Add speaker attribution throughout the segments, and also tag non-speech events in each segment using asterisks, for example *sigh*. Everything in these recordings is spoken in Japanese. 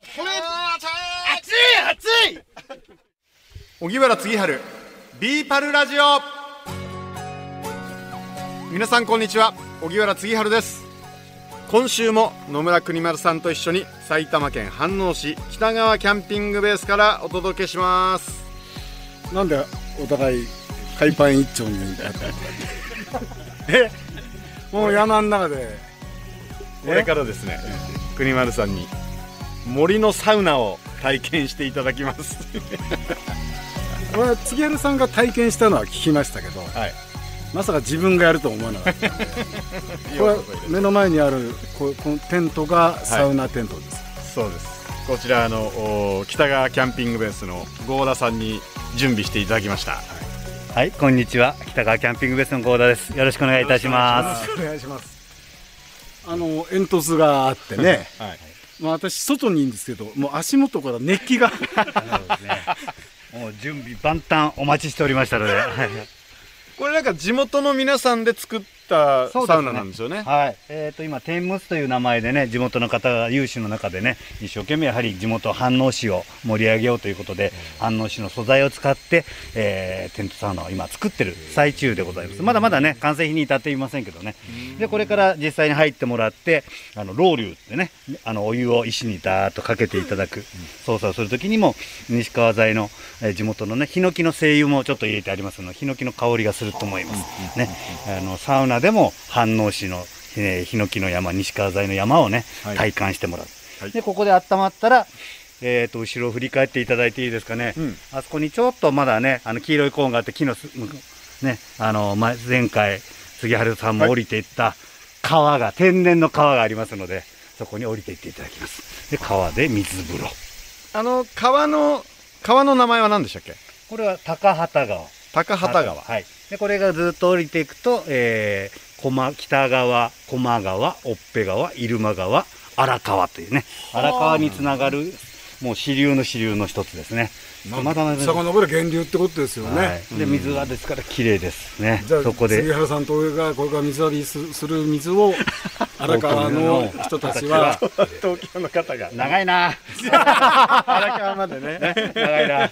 Speaker 1: これ
Speaker 2: 熱い熱い
Speaker 1: 荻原次春ビーパルラジオ皆さんこんにちは荻原次春です今週も野村国丸さんと一緒に埼玉県飯能市北川キャンピングベースからお届けします
Speaker 3: なんでお互い海パン一丁にいるんだよえもう山の中で
Speaker 1: これからですね国丸さんに森のサウナを体験していただきます
Speaker 3: これは杉原さんが体験したのは聞きましたけど
Speaker 1: はい
Speaker 3: まさか自分がやるとは思わなかった *laughs* これは目の前にあるここのテントがサウナテントです、
Speaker 1: そうですこちらあのお北川キャンピングベースの郷田さんに準備していただきました
Speaker 4: はい、こんにちは。北川キャンピングベースの郷田です。よろしくお願いいたします。
Speaker 3: よろしくお願いしますあの煙突があってね
Speaker 1: はい
Speaker 3: まあ私外にいるんですけどもう足元から熱気が
Speaker 4: もう準備万端お待ちしておりま *laughs* したので。はい
Speaker 1: これなんか地元の皆さんで作った
Speaker 4: そうですね
Speaker 1: サウナなんですよね
Speaker 4: はい。えっ、と、今、天むつという名前でね、地元の方が有志の中でね、一生懸命やはり地元飯能市を盛り上げようということで、飯能市の素材を使って、えーテントサウナを今作ってる最中でございます。まだまだね、完成品に至っていませんけどね。で、これから実際に入ってもらって、あの、ロウリュってね、あの、お湯を石にダーッとかけていただく操作をするときにも、西川材の、えー地元のね、ヒノキの精油もちょっと入れてありますので、ヒノキの香りがすると思います。ね、あの、サウナでも飯能市のえーヒノキの山、西川材の山をね、
Speaker 1: はい
Speaker 4: 体感してもらう。
Speaker 1: はい
Speaker 4: で、ここで温まったら、えー、と後ろを振り返っていただいていいですかね、
Speaker 1: うん
Speaker 4: あそこにちょっとまだね、あの黄色いコーンがあって、木のす、むね、あの前前回、杉原さんも降りていった川が、天然の川がありますので、そこに降りていっていただきます。で川で水風呂、
Speaker 1: あの川の川の名前は何でしたっけ
Speaker 4: これは高畑川。
Speaker 1: 高畑川
Speaker 4: はい、でこれがずっと降りていくと、えー、駒北川、駒川、オッペ川、入間川、荒川というね、荒川につながる、もう支流の支流の一つですね。まだまだ
Speaker 3: 遡る源流ってことですよね、
Speaker 4: はい、で水がですから綺麗ですね
Speaker 3: じゃあ、
Speaker 4: そこ
Speaker 3: 杉
Speaker 4: で
Speaker 3: 原さんと俺がこれから水浴びすする水 *laughs* を荒川の人たちは
Speaker 1: *laughs* 東京の方が
Speaker 4: 長いな
Speaker 3: 荒川までね
Speaker 4: 長いな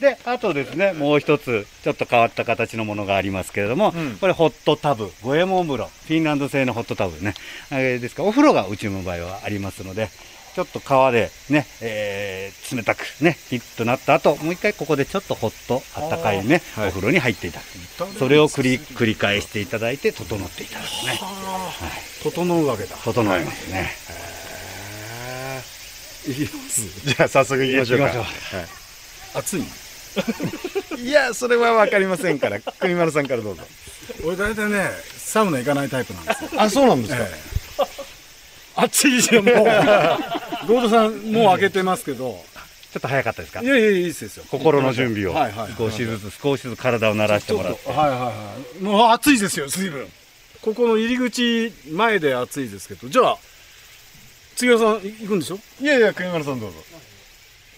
Speaker 4: であとですねもう一つちょっと変わった形のものがありますけれども、
Speaker 1: うん
Speaker 4: これホットタブ五右衛門風呂フィンランド製のホットタブね、えーですからお風呂がうちの場合はありますのでちょっと川でね、えー冷たくねヒッとなった後もう一回ここでちょっとホッとあったかいね、
Speaker 1: はい
Speaker 4: お風呂に入っていただくそれを繰り繰り返していただいて整っていただくね
Speaker 3: 整うわけだ
Speaker 4: 整いますね、
Speaker 3: いきます
Speaker 1: じゃあ早速行きましょうか
Speaker 4: 行きま
Speaker 3: 暑い
Speaker 1: はいいやそれは分かりませんから国丸さんからどうぞ
Speaker 3: 俺大体ねサウナ行かないタイプなんですよ
Speaker 1: あそうなんですか、
Speaker 3: 暑いじゃんも *laughs* うゴールドさんもう開けてますけど
Speaker 4: ちょっと早かったですか
Speaker 3: いやいやいいですよ
Speaker 4: 心の準備を
Speaker 3: はいはい
Speaker 4: 少しずつ少しずつ体を慣らしてもらって
Speaker 3: ちょっとはいはいはいもう暑いですよ随分ここの入り口前で暑いですけどじゃあ杉原さん行くんでしょ
Speaker 1: いやいや国丸さんどうぞ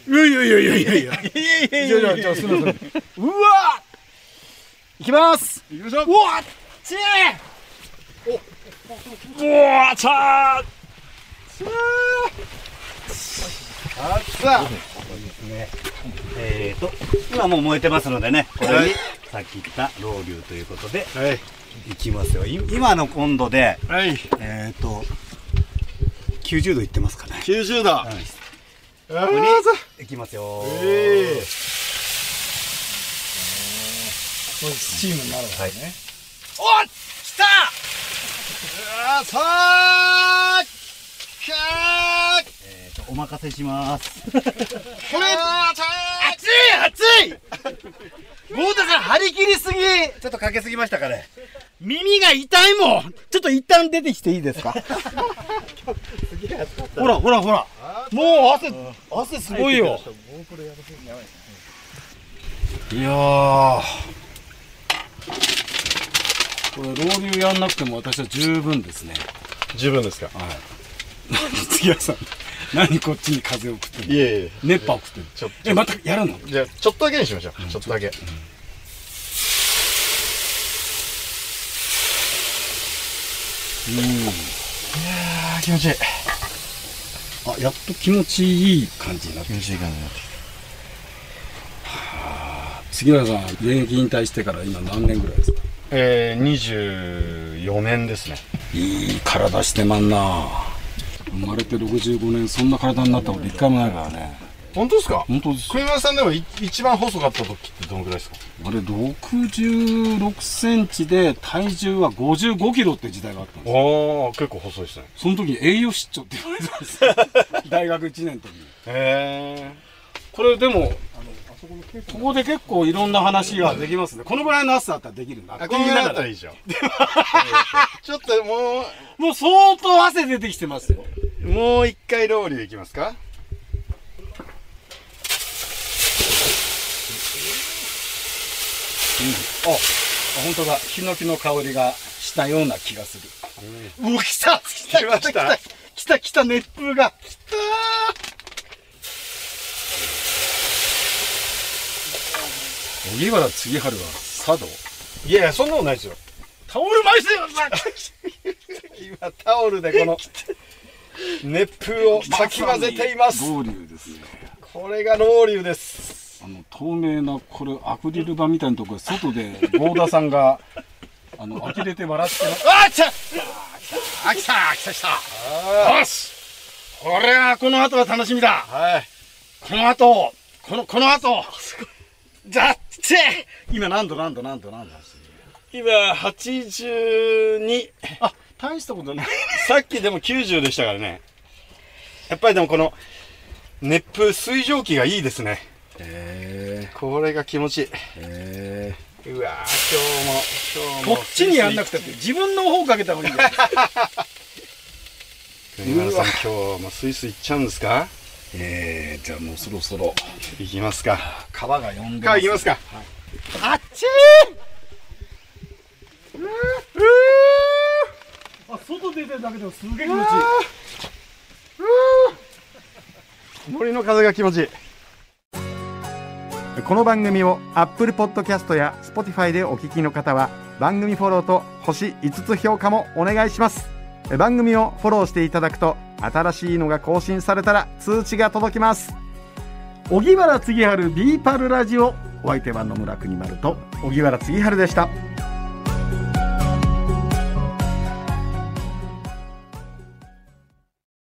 Speaker 3: いやいやいやいやいやいや
Speaker 1: いやいや
Speaker 3: じゃあじゃあすみません。うわー。いきます。
Speaker 1: 行きましょう
Speaker 3: うわっちー。お。うわーちゃー。
Speaker 4: えーと今もう燃えてますのでねこれにさっき言ったロウリュということで
Speaker 3: はい。
Speaker 4: いきますよい今の温度で
Speaker 3: はい。
Speaker 4: えーと90度いってますかね
Speaker 1: 九州だ、
Speaker 4: はい
Speaker 1: あ
Speaker 4: ここ
Speaker 1: ー
Speaker 4: にいきますよ
Speaker 1: え
Speaker 3: これスチームになる。
Speaker 4: はい
Speaker 1: おっ来たうわさあきゃー
Speaker 4: えーとお任せします
Speaker 1: これ
Speaker 2: 熱い熱いゴータさん張り切りすぎ
Speaker 4: ちょっとかけすぎましたかね
Speaker 2: 耳が痛いもんちょっと一旦出てきていいですかほらほらほらもう汗汗すごいよ
Speaker 3: いやー。これローリュやんなくても私は十分ですね。
Speaker 1: 十分ですか
Speaker 3: 杉原さん。何こっちに風を送ってるの。
Speaker 1: いえいえ
Speaker 3: 熱波を送ってる。
Speaker 1: ちょっと
Speaker 3: えまたやるの？
Speaker 1: じゃあちょっとだけにしましょう、ちょっとだけ、
Speaker 3: う
Speaker 1: あ
Speaker 3: ん。
Speaker 1: ー気持ちいい
Speaker 4: あやっと気持ちいい感じになって
Speaker 5: 気持ちいい感じになって
Speaker 3: 杉村さん現役引退してから今何年ぐらいですか
Speaker 4: えー、24年ですね
Speaker 3: いい体してまんな生まれて65年そんな体になったこと一回もないからね
Speaker 1: 本当ですか
Speaker 3: 本当です
Speaker 1: 国村さんでもい一番細かった時ってどのぐらいですか
Speaker 3: あれ66センチで体重は55キロって時代があったんですよ
Speaker 1: おお結構細いですね
Speaker 3: その時に栄養失調って言われたんですよ大学1年の時に
Speaker 1: へ
Speaker 3: これでもここで結構いろんな話ができますねこのぐらいの厚さだったらできるんだ
Speaker 1: えこのぐらいだったらいいじゃんち *laughs* ょっとも
Speaker 3: もう相当汗出てきてますよ
Speaker 1: うもう一回ロウリュいきますか
Speaker 3: あ本当だヒノキの香りがしたような気がする
Speaker 2: うわ来た来た来た来た来た来た熱風が来た
Speaker 3: 荻原次春は茶道
Speaker 1: いやいやそんなことないですよ
Speaker 2: タオル回してよさ
Speaker 1: 今タオルでこの熱風をかき混ぜています
Speaker 3: 道流ですね
Speaker 1: これがロウリュです
Speaker 3: あの透明なこれアクリル板みたいなところで外で郷田さんがあの呆れて笑ってます
Speaker 2: あ来たあ来た来た来たよしこれはこの後が楽しみだ
Speaker 1: はい
Speaker 2: この後このこの後だって今何度何度何度何度
Speaker 1: 今82
Speaker 2: あ大したことない
Speaker 1: さっきでも90でしたからねやっぱりでもこの熱風水蒸気がいいですね
Speaker 3: へ
Speaker 1: これが気持ちいい
Speaker 3: えへ
Speaker 1: うわー今日も今
Speaker 2: こ
Speaker 1: 日も
Speaker 2: っちにやんなくたって自分の方かけた方がいいよ
Speaker 1: 国丸さん今日もスイスイ行っちゃうんですか
Speaker 3: えじゃあもうそろそろ
Speaker 1: 行きますか
Speaker 3: 川が呼んで
Speaker 1: か行きますか
Speaker 2: あっち
Speaker 3: あ外出てるだけでもすげえ気持ちいい
Speaker 1: 森の風が気持ちいい
Speaker 6: この番組を Apple Podcast や Spotify でお聞きの方は番組フォローと星5つ評価もお願いします番組をフォローしていただくと新しいのが更新されたら通知が届きます荻原次春ビーパルラジオお相手は野村国丸と荻原次春でした